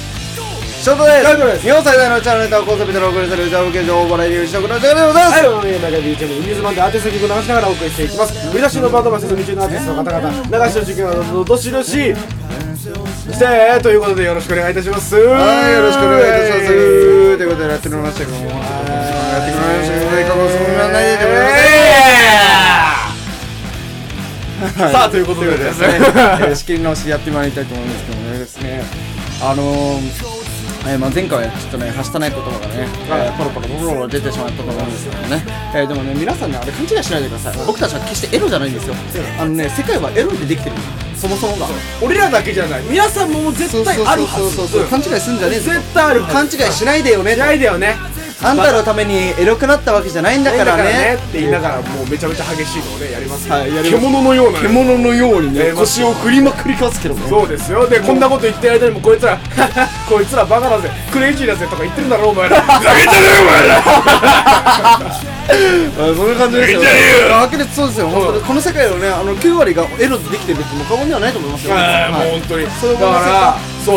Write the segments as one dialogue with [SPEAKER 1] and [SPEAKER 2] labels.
[SPEAKER 1] ショートです
[SPEAKER 2] ショートです
[SPEAKER 1] 日本最大のチャンネルネタをコンセプトでお送りするジャブ系情報バラエティー取得の時間でございます、
[SPEAKER 2] はい、オンエア中で YouTube のインディーズ版で宛先を流しながらお送りしていきます売り出しのバンドマン進み中のアーティストの方々流しの受験などどしどししてということでよろしくお願いいたします
[SPEAKER 1] はい、よろしくお願いいたします。ということで、やってみましたけども、やってみましたけども、いかがお過ごしにならないでください。
[SPEAKER 2] さあということで
[SPEAKER 1] です ね、えー仕切り直しやってまいりたいと思うんですけどね、ですね、あのー、えーまあ、前回はちょっとね、はしたない言葉がね、えーポロポロポロポロ出てしまったと思うんですけどね、えーでもね、皆さんね、あれ勘違いしないでください。僕たちは決してエロじゃないんですよ。あのね、世界はエロでできてるんですそもそもが。
[SPEAKER 2] 俺らだけじゃない皆さんも絶対あるはず
[SPEAKER 1] そうそうそうそう勘違いすんじゃねえぞ
[SPEAKER 2] 絶対あるは
[SPEAKER 1] 勘違いしないでよね
[SPEAKER 2] ずないだよね
[SPEAKER 1] あんたのためにエロくなったわけじゃないんだ
[SPEAKER 2] だ
[SPEAKER 1] か
[SPEAKER 2] かららね
[SPEAKER 1] ね
[SPEAKER 2] って言いながらもうめちゃめちゃ激しいのをねやりますけど
[SPEAKER 1] はいやります
[SPEAKER 2] 獣のようなね
[SPEAKER 1] 獣のように
[SPEAKER 2] ね腰
[SPEAKER 1] を振りまくりかすけども
[SPEAKER 2] そうですよでこんなこと言ってる間にもこいつらこいつらバカだぜクレイジーだぜとか言ってるんだろお前らふざけてるよお前
[SPEAKER 1] そ
[SPEAKER 2] ら
[SPEAKER 1] んな感じですよはっきりそうですよ本当にこの世界のねあの9割がエロでできてるってもう過言ではないと思いますよ
[SPEAKER 2] あ
[SPEAKER 1] は
[SPEAKER 2] ー
[SPEAKER 1] い
[SPEAKER 2] もう本当に
[SPEAKER 1] そう
[SPEAKER 2] だからそう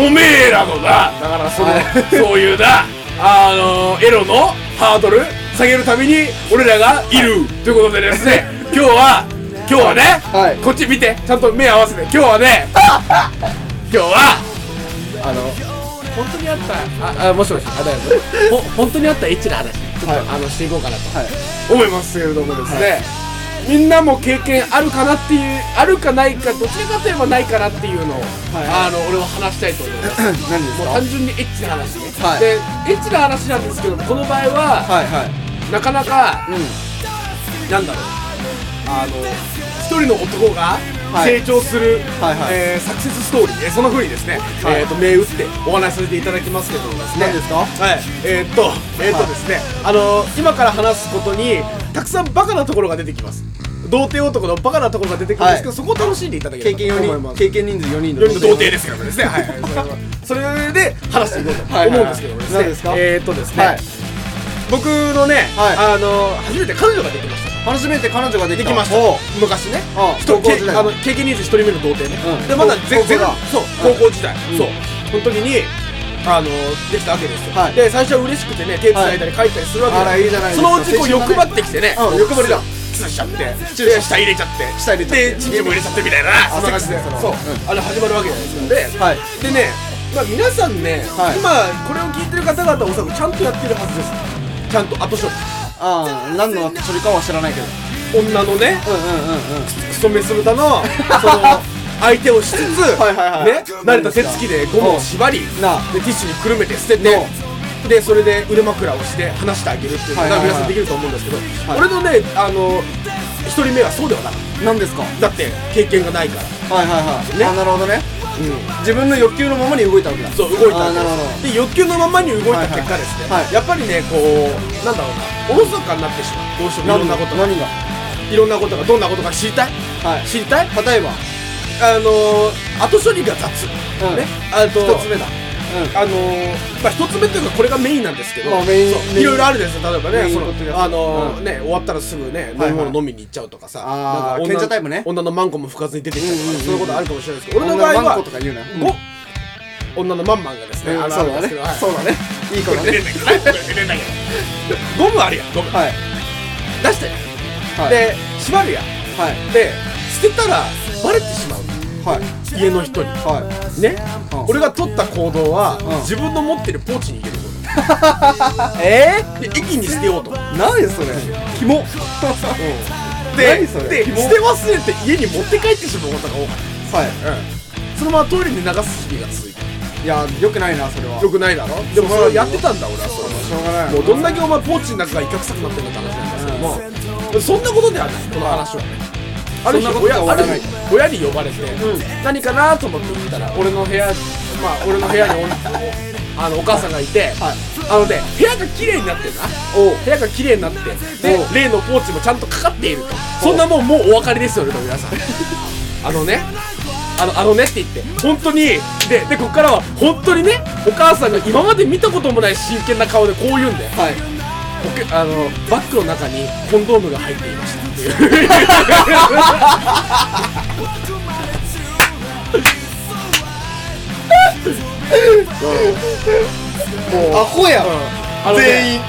[SPEAKER 2] おおおめえらのなだからその、
[SPEAKER 1] はい
[SPEAKER 2] そういうなあのエロのハードル下げるために俺らがいる、ということでですね今日は今日はね、
[SPEAKER 1] はい
[SPEAKER 2] こっち見てちゃんと目合わせて今日 はね今日は
[SPEAKER 1] あの
[SPEAKER 2] 本当にあったああもしもしあだよほ本当にあったエッチな話ちょっと、
[SPEAKER 1] はい
[SPEAKER 2] あのしていこうかなと
[SPEAKER 1] はい
[SPEAKER 2] 思いますけれどもですね、みんなも経験あるかなっていうあるかないかどちらかといえばないかなっていうの
[SPEAKER 1] は
[SPEAKER 2] を、
[SPEAKER 1] い
[SPEAKER 2] あの俺は話したいと思います
[SPEAKER 1] 何です
[SPEAKER 2] もう
[SPEAKER 1] か
[SPEAKER 2] 単純にエッチな話ね、
[SPEAKER 1] はい
[SPEAKER 2] でエッチな話なんですけどこの場合は、
[SPEAKER 1] はいはい
[SPEAKER 2] なかなか
[SPEAKER 1] うん
[SPEAKER 2] なんだろうあの一人の男が
[SPEAKER 1] はい
[SPEAKER 2] 成長する、
[SPEAKER 1] はいはい
[SPEAKER 2] えーサクセスストーリー、えーそのふうにですね、
[SPEAKER 1] はい
[SPEAKER 2] えー、と銘打ってお話しさせていただきますけどもですね
[SPEAKER 1] 何ですか
[SPEAKER 2] はいえーっとえーっとですね、あのー今から話すことにたくさんバカなところが出てきます童貞男のバカなところが出てくるんですけど、
[SPEAKER 1] はい
[SPEAKER 2] そこを楽しんでいただけれ
[SPEAKER 1] 経
[SPEAKER 2] ばと
[SPEAKER 1] 験
[SPEAKER 2] 思い
[SPEAKER 1] 4
[SPEAKER 2] ま
[SPEAKER 1] 人
[SPEAKER 2] す
[SPEAKER 1] 経験人数4人の
[SPEAKER 2] 4人の童貞ですからですね、はいはい、それで話していこうと思うんですけども
[SPEAKER 1] はいはいはい何ですか
[SPEAKER 2] えーっとですね、
[SPEAKER 1] はい
[SPEAKER 2] 僕のね、
[SPEAKER 1] はい
[SPEAKER 2] あのー初めて彼女ができました
[SPEAKER 1] 初めて彼女ができ
[SPEAKER 2] で
[SPEAKER 1] た
[SPEAKER 2] きまし
[SPEAKER 1] おう
[SPEAKER 2] た昔ね
[SPEAKER 1] あ
[SPEAKER 2] 一人
[SPEAKER 1] 高校時代
[SPEAKER 2] けあの経験人数一人目の童貞ね、
[SPEAKER 1] うん
[SPEAKER 2] でまだ
[SPEAKER 1] 高
[SPEAKER 2] 全
[SPEAKER 1] 高校
[SPEAKER 2] 然
[SPEAKER 1] だ
[SPEAKER 2] そう
[SPEAKER 1] うん
[SPEAKER 2] 高校時代、
[SPEAKER 1] うん
[SPEAKER 2] そうその時にあのできたわけですよ、
[SPEAKER 1] はい
[SPEAKER 2] で最初は嬉しくてね手繋いだり書いたりするわけ
[SPEAKER 1] あらいいじゃないです
[SPEAKER 2] そ
[SPEAKER 1] か
[SPEAKER 2] のうちこう欲張ってきてね
[SPEAKER 1] うん欲張りだ
[SPEAKER 2] キスしちゃって
[SPEAKER 1] チューしちゃって
[SPEAKER 2] で下入れちゃって
[SPEAKER 1] 下入れちゃって
[SPEAKER 2] でチンチンも入れちゃってみたいな
[SPEAKER 1] あ
[SPEAKER 2] そんな感じで
[SPEAKER 1] セックス
[SPEAKER 2] そう、
[SPEAKER 1] う
[SPEAKER 2] あれ始まるわけじゃないですか
[SPEAKER 1] はい
[SPEAKER 2] ででねまあ皆さんね、
[SPEAKER 1] はい
[SPEAKER 2] 今これを聞いてる方々はおそらくちゃんとやってるはずですちゃんと後処理
[SPEAKER 1] ああ何の処理かは知らないけど
[SPEAKER 2] 女のね
[SPEAKER 1] うんうんうんうん
[SPEAKER 2] クソメス豚のそ の相手をしつつ
[SPEAKER 1] はいはいはい
[SPEAKER 2] ね慣れた手つきでゴムを縛り
[SPEAKER 1] なあ
[SPEAKER 2] でティッシュにくるめて捨てて
[SPEAKER 1] の
[SPEAKER 2] でそれで腕枕をして離してあげるっていうの
[SPEAKER 1] はいはい
[SPEAKER 2] が
[SPEAKER 1] はい
[SPEAKER 2] 皆さんできると思うんですけど
[SPEAKER 1] はい
[SPEAKER 2] 俺のねあの一人目はそうではなかっ
[SPEAKER 1] 何ですかは
[SPEAKER 2] ただって経験がないか
[SPEAKER 1] い
[SPEAKER 2] ら
[SPEAKER 1] はいはい
[SPEAKER 2] ね
[SPEAKER 1] あなるほどね自分の欲求のままに動いたわけだ
[SPEAKER 2] そう動いた
[SPEAKER 1] あ
[SPEAKER 2] わ
[SPEAKER 1] ー
[SPEAKER 2] け
[SPEAKER 1] なるほど
[SPEAKER 2] ですで欲求のままに動いた結果ですね
[SPEAKER 1] はいはいはい
[SPEAKER 2] やっぱりねこうなんだろうなおろそかになってしまうどうしようもいろんなことが
[SPEAKER 1] 何が
[SPEAKER 2] いろんなことがどんなことが知りたい
[SPEAKER 1] はい
[SPEAKER 2] 知りたい
[SPEAKER 1] 例えば
[SPEAKER 2] あのー、後処理が雑、
[SPEAKER 1] うん
[SPEAKER 2] ねあと
[SPEAKER 1] 一つ目だ
[SPEAKER 2] あのー、まあ一つ目というかこれがメインなんですけど、
[SPEAKER 1] まあメイン
[SPEAKER 2] そう
[SPEAKER 1] メイン
[SPEAKER 2] いろいろあるですよ例えば
[SPEAKER 1] メ
[SPEAKER 2] ね
[SPEAKER 1] イン
[SPEAKER 2] そ
[SPEAKER 1] ポッドキャス
[SPEAKER 2] の
[SPEAKER 1] ト
[SPEAKER 2] あのー
[SPEAKER 1] うん
[SPEAKER 2] ね終わったらすぐね
[SPEAKER 1] はい
[SPEAKER 2] 飲み物飲みに行っちゃうとかさ、
[SPEAKER 1] あー
[SPEAKER 2] なんか女
[SPEAKER 1] 賢者タイプね
[SPEAKER 2] 女のマンコも吹かずに出てきちゃうと
[SPEAKER 1] う
[SPEAKER 2] か、
[SPEAKER 1] んうんうん
[SPEAKER 2] そういうことあるかもしれないですけど俺の
[SPEAKER 1] 女
[SPEAKER 2] 場合
[SPEAKER 1] のマン
[SPEAKER 2] は
[SPEAKER 1] コとか言うなうん
[SPEAKER 2] ご女のマンマンがです
[SPEAKER 1] う
[SPEAKER 2] ね、
[SPEAKER 1] ん
[SPEAKER 2] あの
[SPEAKER 1] そうだ
[SPEAKER 2] あ
[SPEAKER 1] ね
[SPEAKER 2] るんですけどはい
[SPEAKER 1] そうだねいい子
[SPEAKER 2] これ
[SPEAKER 1] だ
[SPEAKER 2] 出れ
[SPEAKER 1] ね
[SPEAKER 2] ないからこれ出れないからゴムあるやんゴム、
[SPEAKER 1] はい
[SPEAKER 2] 出して、
[SPEAKER 1] はい
[SPEAKER 2] で縛るやん
[SPEAKER 1] はい
[SPEAKER 2] で捨てたらバレてしまう
[SPEAKER 1] はい
[SPEAKER 2] 家の人に
[SPEAKER 1] はい
[SPEAKER 2] ね、
[SPEAKER 1] うん
[SPEAKER 2] 俺が取った行動は、
[SPEAKER 1] うん
[SPEAKER 2] 自分の持ってるポーチに入れるこ
[SPEAKER 1] え
[SPEAKER 2] とで駅に捨てようと思って
[SPEAKER 1] ー何それキ モ
[SPEAKER 2] で
[SPEAKER 1] 何それ
[SPEAKER 2] で
[SPEAKER 1] キ
[SPEAKER 2] 捨
[SPEAKER 1] モ
[SPEAKER 2] て忘れて家に持って帰ってしまうことが多か
[SPEAKER 1] は
[SPEAKER 2] っ
[SPEAKER 1] い
[SPEAKER 2] た、そのままトイレに流す日々が続いた
[SPEAKER 1] いや良くないなそれは
[SPEAKER 2] よくないだろでもそれをやってたんだ俺はそれは
[SPEAKER 1] しょうがない
[SPEAKER 2] もうどんだけお前ポーチの中が威嚇臭くなってるのって話なんですけども、そんなことではないこの話はねある日
[SPEAKER 1] そんなこと
[SPEAKER 2] 親
[SPEAKER 1] は
[SPEAKER 2] ある
[SPEAKER 1] ない
[SPEAKER 2] 日親に呼ばれて、
[SPEAKER 1] ん
[SPEAKER 2] 何かなと思って行ったら俺の部屋まあ俺の部屋におあのお母さんがいて、
[SPEAKER 1] はい
[SPEAKER 2] あのね部屋が綺麗になってるな
[SPEAKER 1] おう
[SPEAKER 2] 部屋が綺麗になってで
[SPEAKER 1] おう
[SPEAKER 2] 例のポーチもちゃんとかかっているとそんなもんもうお分かりですよねと皆さんあのねあのあのねって言って本当にででここからは本当にねお母さんが今まで見たこともない真剣な顔でこう言うんだよ
[SPEAKER 1] はい
[SPEAKER 2] ポケあのバッグの中にコンドームが入っていましたっていう もう
[SPEAKER 1] アホやん
[SPEAKER 2] あのね
[SPEAKER 1] 全員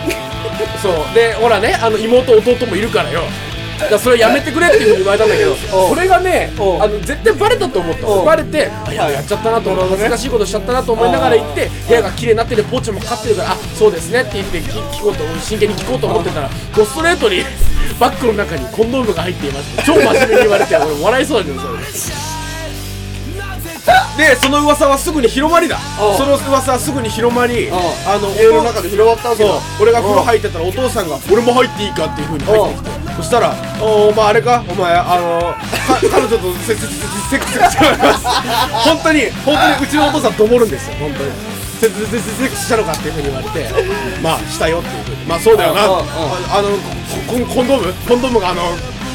[SPEAKER 2] そうでほらねあの妹弟もいるからよだからそれやめてくれっていうふうに言われたんだけど
[SPEAKER 1] おう
[SPEAKER 2] それがね
[SPEAKER 1] おう
[SPEAKER 2] あの絶対バレたと思った
[SPEAKER 1] おう
[SPEAKER 2] バレてあいややっちゃったなと思って恥ずかしいことしちゃったなと思いながら行って部屋が綺麗になっててポーチも買ってるからあそうですねって言って聞聞こうと真剣に聞こうと思ってたらこうストレートにバッグの中にコンドームが入っていまして超真面目に言われて俺笑いそうだけどそれでその噂はすぐに広まりだ
[SPEAKER 1] おう
[SPEAKER 2] その噂はすぐに広まり
[SPEAKER 1] お
[SPEAKER 2] あの
[SPEAKER 1] 家の中で広がったわけ
[SPEAKER 2] そう
[SPEAKER 1] だ
[SPEAKER 2] 俺が風呂入ってたらお父さんが「俺も入っていいか?」っていう風に入ってきてそしたら「おお前あれかお前あのか彼女とセセセセセックスしちゃいます」本当に本当にうちのお父さんどもるんですよ本当に。セセセセセックスしたのかっていうふうに言われてまあしたよっていうふうにまあそうだよな
[SPEAKER 1] うんうんうん
[SPEAKER 2] ああのコココンドームコンドームがあの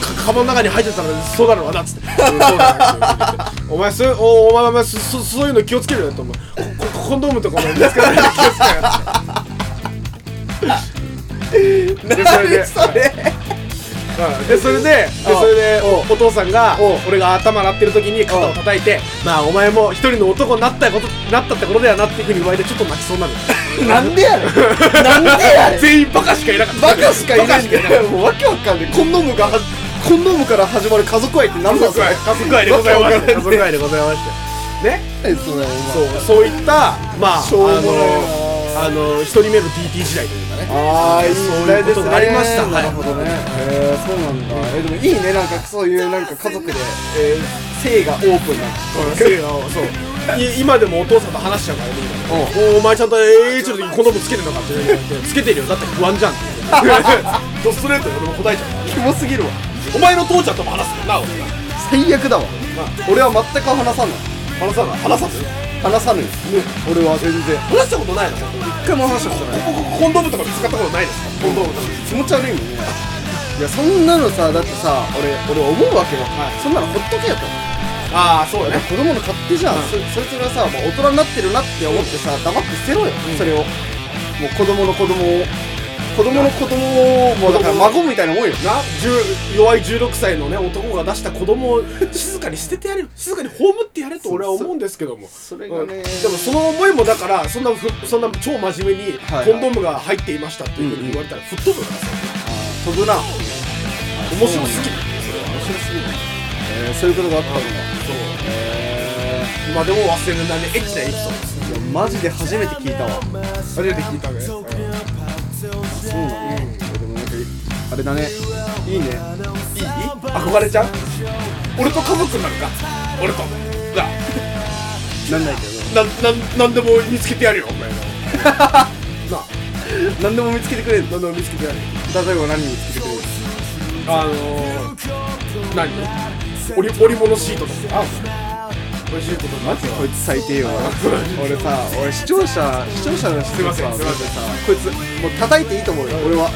[SPEAKER 2] かカバンの中に入ってたらそうだろうなっつってうんそうだろうなって言ってお前そうおお前お前そそそういうの気をつけるよと思うコココンドームとかも見つからないように気をつけなよってでそれで
[SPEAKER 1] 何それ
[SPEAKER 2] うんでそれででそれでおお父さんが俺が頭洗ってる時に肩を叩いてまあお前も一人の男になったことなったってことだよなっていうふうに言われてちょっと泣きそうになる
[SPEAKER 1] なんでやねんなんでやねん
[SPEAKER 2] 全員バカしかいなかった
[SPEAKER 1] バカしかいないん
[SPEAKER 2] バカしか
[SPEAKER 1] だよもうわけわかんないコンドームがはコンドームから始まる家族愛って何なん
[SPEAKER 2] 家
[SPEAKER 1] だそ
[SPEAKER 2] 族
[SPEAKER 1] れ
[SPEAKER 2] 愛家族愛でございました
[SPEAKER 1] わけ
[SPEAKER 2] 家
[SPEAKER 1] わかん
[SPEAKER 2] 族
[SPEAKER 1] ない
[SPEAKER 2] 愛でございましたね
[SPEAKER 1] 何それ
[SPEAKER 2] そうそういったまあ
[SPEAKER 1] しょうもないな
[SPEAKER 2] あのあの一人目の DT 時代というかね
[SPEAKER 1] ああいい時代です
[SPEAKER 2] そういうこと
[SPEAKER 1] ね
[SPEAKER 2] がありました
[SPEAKER 1] なるほどねへえそうなんだえでもいいねなんかそういうなんか家族で、えー、性がオープンな
[SPEAKER 2] そうい今でもお父さんと話しちゃうからね今ねおお前ちゃんと AH の時にこの子つけてんのかって言われてつけてるよだって不安 じゃんって言ってドストレートに俺も答えちゃ う
[SPEAKER 1] キモすぎるわ
[SPEAKER 2] お前の父ちゃんとも話すもんな俺が
[SPEAKER 1] 最悪だわ、俺は全く話さない
[SPEAKER 2] 話さない話さず
[SPEAKER 1] 話さぬ、俺は全然
[SPEAKER 2] 話したことないのこ
[SPEAKER 1] 一回も話したことない
[SPEAKER 2] こコンドームとか見つかったことないですかコンドームとか
[SPEAKER 1] 気持ち悪いもんねいやそんなのさだってさ俺俺思うわけよ、そんなのほっとけよと
[SPEAKER 2] ああそうだね
[SPEAKER 1] 子供の勝手じゃん、そそいつがさ、まあ、大人になってるなって思ってさ黙って捨てろよ、それをもう子供の子供を子供の子供をもうだから孫みたいなもんよ
[SPEAKER 2] な10弱い16歳のね男が出した子供 を静かに捨ててやれ静かに葬ってやれと俺は思うんですけども
[SPEAKER 1] それがね
[SPEAKER 2] うんでもその思いもだからそんなふそんな超真面目に
[SPEAKER 1] はいはい
[SPEAKER 2] コンドームが入っていましたっていうふうに言われたら吹っ飛ぶからさ
[SPEAKER 1] 飛ぶな面
[SPEAKER 2] 面白すぎるそれは
[SPEAKER 1] 白すぎる、えー、そういうことがあったんだ
[SPEAKER 2] そう
[SPEAKER 1] え
[SPEAKER 2] 今でも忘れられないエッチなエピソードです
[SPEAKER 1] ーいやマジで初めて聞いたわ
[SPEAKER 2] 初めて聞いたねうん
[SPEAKER 1] そうなの、うん、でもなんかあれだねいいね
[SPEAKER 2] いい憧れちゃう俺と家族になるか俺とな
[SPEAKER 1] なんないけ
[SPEAKER 2] ななんなんでも見つけてやるよお前 の
[SPEAKER 1] ど
[SPEAKER 2] な
[SPEAKER 1] 何でも見つけてくれる
[SPEAKER 2] 何でも見つけてやるよ
[SPEAKER 1] 例えば何見つけてくれる
[SPEAKER 2] あのー、何織織物シートとか美味しいことマジ
[SPEAKER 1] こいつ最低よ 俺さ俺視聴者視聴者の質問
[SPEAKER 2] すい
[SPEAKER 1] さ
[SPEAKER 2] ませんすいません
[SPEAKER 1] さこいつもう叩いていいと思うよ俺は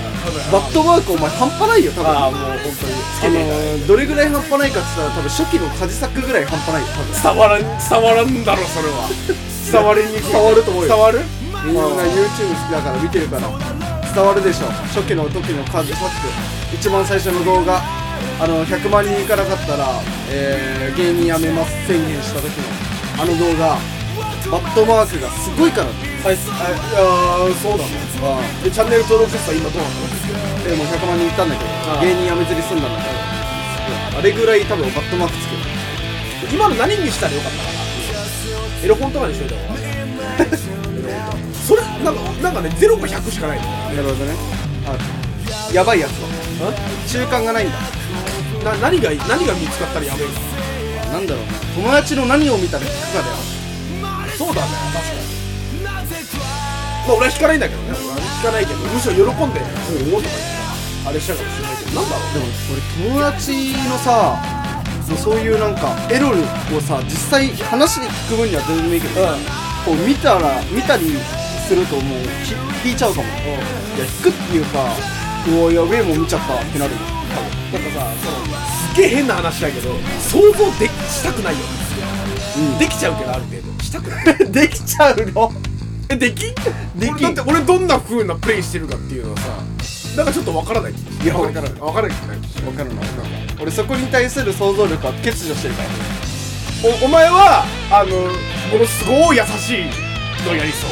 [SPEAKER 1] バットワークお前半端ないよ多分
[SPEAKER 2] ああもう本当につ
[SPEAKER 1] あのーどれぐらい半端ないかって言ったら多分初期のカジサックぐらい半端ないよ
[SPEAKER 2] 伝わらん伝わらんだろそれは伝わりにくい
[SPEAKER 1] 伝わると思うよ
[SPEAKER 2] 伝わる
[SPEAKER 1] 多分みんな YouTube 好きだから見てるから伝わるでしょ初期の時のカジサック一番最初の動画あの100万人いかなかったら、えー、芸人辞めます宣言した時のあの動画バットマークがすごいから
[SPEAKER 2] あいあいやーそうなの
[SPEAKER 1] ああ
[SPEAKER 2] でチャンネル登録者数は今どうな
[SPEAKER 1] でもう100万人いったんだけ
[SPEAKER 2] あ
[SPEAKER 1] ど
[SPEAKER 2] あ
[SPEAKER 1] 芸人辞めずに済んだんだからあれぐらい多分バットマークつける
[SPEAKER 2] の今の何にしたらよかったかなエロ本とかにしといた方がエロ本とかそれなんかなんかねゼロか100しかないの
[SPEAKER 1] なるほどねあやばいやつだ中間がないんだ
[SPEAKER 2] な何が何が見つかったらやべえか
[SPEAKER 1] なんだろう友達の何を見たら聞くかだよ
[SPEAKER 2] そうだね確かにまあ俺は引かないんだけどね俺は引かないけどむしろ喜んで「おお」とか言ってあれしちゃうかもしれないけどなんだろ
[SPEAKER 1] でも俺友達のさそうそういうなんかエロをさ実際話に聞く分には全然いいけど、
[SPEAKER 2] う
[SPEAKER 1] こう見たら見たりするともうき聞いちゃうかも、いや聞くっていうかうわやべえもん見ちゃったってなるよ
[SPEAKER 2] うなんかさそうすげえ変な話だけど想像できしたくないよ、
[SPEAKER 1] うん
[SPEAKER 2] できちゃうけどある程度したくない
[SPEAKER 1] できちゃうの
[SPEAKER 2] えでき
[SPEAKER 1] できん
[SPEAKER 2] 俺だって俺どんな風なプレイしてるかっていうのはさなんかちょっとわからないい
[SPEAKER 1] や
[SPEAKER 2] わからないわからない
[SPEAKER 1] わかるな俺そこに対する想像力は欠如してるから
[SPEAKER 2] おお前はあのものすごい優しいのやりそう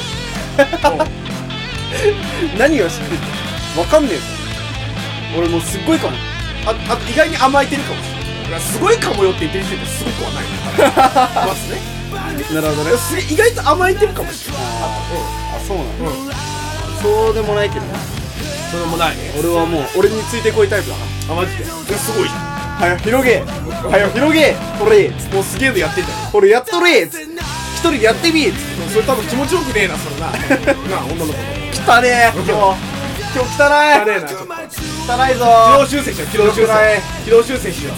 [SPEAKER 1] 何が知ってるわかんねえぞ俺もうすっごいかもああと意外に甘えてるかも
[SPEAKER 2] 俺はすごいかもよって言ってる時点ですごくはない まずね
[SPEAKER 1] なるほどね
[SPEAKER 2] すげえ意外と甘えてるかもしれない
[SPEAKER 1] あそうなの、
[SPEAKER 2] うん
[SPEAKER 1] そうでもないけどな
[SPEAKER 2] それもないね
[SPEAKER 1] 俺はもう俺についてこいタイプだな
[SPEAKER 2] あマジでいやすごいじゃ
[SPEAKER 1] は
[SPEAKER 2] ん
[SPEAKER 1] よ広げはよ広げこれ
[SPEAKER 2] もうすげえのやってんだよ
[SPEAKER 1] これやっとれつって一人でやってみつって
[SPEAKER 2] それ多分気持ちよくねえなそれな な女の子
[SPEAKER 1] 汚ねえ 今日今日汚
[SPEAKER 2] あれ
[SPEAKER 1] い
[SPEAKER 2] なちょっと軌
[SPEAKER 1] 汚いぞ
[SPEAKER 2] 道修正しよう軌道修
[SPEAKER 1] よくない
[SPEAKER 2] 正軌道修正しよう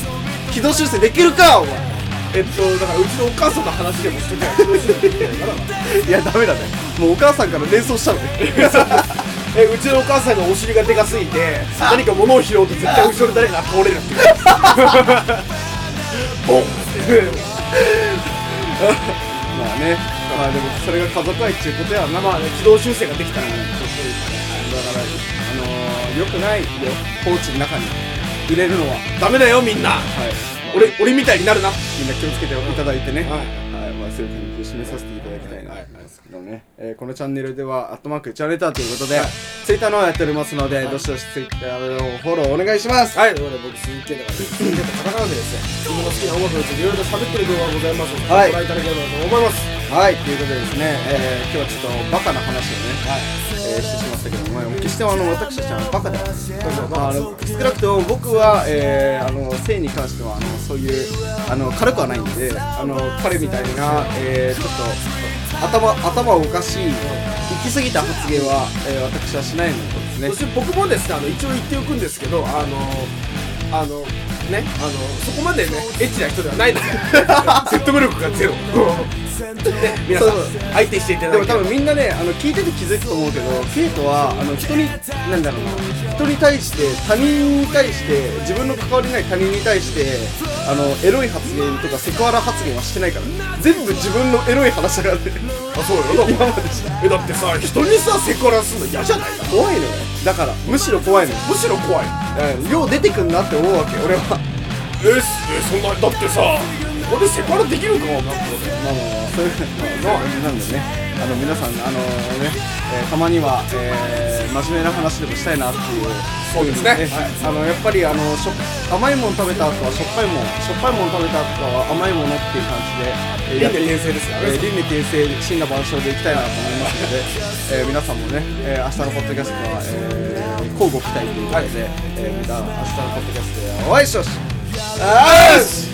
[SPEAKER 1] 軌道修正できるかお前
[SPEAKER 2] えっとだからうちのお母さんの話でもしときゃ軌道修正できないから
[SPEAKER 1] いやダメだねもうお母さんから連想したのね
[SPEAKER 2] えうちのお母さんがお尻がでかすぎて何か物を拾うと絶対後ろで誰かが倒れ るっていうボン
[SPEAKER 1] まあねまあでもそれが家族愛っていうことやなま
[SPEAKER 2] ま
[SPEAKER 1] あ
[SPEAKER 2] あ
[SPEAKER 1] ね
[SPEAKER 2] ね軌道修正ができたら
[SPEAKER 1] だからあのー、よくないよポーチの中に入れるのは
[SPEAKER 2] ダメだよみんな
[SPEAKER 1] はい俺
[SPEAKER 2] 俺俺みたいになるな
[SPEAKER 1] みんな気をつけていただいてね、
[SPEAKER 2] はい
[SPEAKER 1] はいまあ、そういう感じで締めさせていただきたいなと思いますけどね、えーこのチャンネルでは、アットマークチャレターということで、ツイッターの方やっておりますので、どしどしツイッターのフォローお願いします。
[SPEAKER 2] はい、ということで僕、鈴木健太か ら、鈴木健太カタカナでですね、自分の好きな音楽についていろいろ喋ってる動画がございますので、
[SPEAKER 1] はい
[SPEAKER 2] ご覧いただければと思います。
[SPEAKER 1] はい、ということでですね、えー今日はちょっとバカな話をね、えーしてしまったけども、まあ決してあの私たちはバカではないですあの少なくとも僕は、えーあの性に関してはあのそういうあの軽くはないんで、あの彼みたいな、えーちょっと頭頭おかしい、行き過ぎた発言は、えー私はしないので
[SPEAKER 2] そ
[SPEAKER 1] です
[SPEAKER 2] して
[SPEAKER 1] ね。
[SPEAKER 2] 僕もですね、あの一応言っておくんですけど、あの、あの、ね、あの、そこまでね、エッチな人ではないので、 説得力がゼロ。ね、皆さん
[SPEAKER 1] そうそう、
[SPEAKER 2] 相手していただ
[SPEAKER 1] で
[SPEAKER 2] い
[SPEAKER 1] も
[SPEAKER 2] て
[SPEAKER 1] 多、分みんなね、あの聞いてて気づくと思うけど、ケイトはあの人に、なんだろうな、人に対して、他人に対して、自分の関わりない他人に対して、あのエロい発言とかセクハラ発言はしてないから、全部自分のエロい話だからね、
[SPEAKER 2] あ、そうよ
[SPEAKER 1] 今
[SPEAKER 2] な。
[SPEAKER 1] までした。
[SPEAKER 2] え、だってさ、人にさ、セクハラするの嫌じゃないか。
[SPEAKER 1] 怖いのよ、だから、むしろ怖いのよ。
[SPEAKER 2] むしろ怖い。
[SPEAKER 1] うんよう出てくんなって思うわけ、俺は。
[SPEAKER 2] え、えそんな、だってさ、ここでセクハラできるかもなって。
[SPEAKER 1] まあまあまあそういうまあまあなんでねあの皆さんあのね、えーたまには、えー真面目な話でもしたいなっていう
[SPEAKER 2] そうですね
[SPEAKER 1] はいあのやっぱりあのしょ甘いもの食べた後はしょっぱいものしょっぱいもの食べた後は甘いものっていう感じで、えーやって
[SPEAKER 2] 輪廻転生ですか
[SPEAKER 1] え
[SPEAKER 2] らね
[SPEAKER 1] ー輪廻転生真羅万象でいきたいなと思いますので、えー皆さんもね、えー明日のポッドキャストは、えー、交互期待ということで、えーまた明日のポッドキャストでお会いしましょうあーし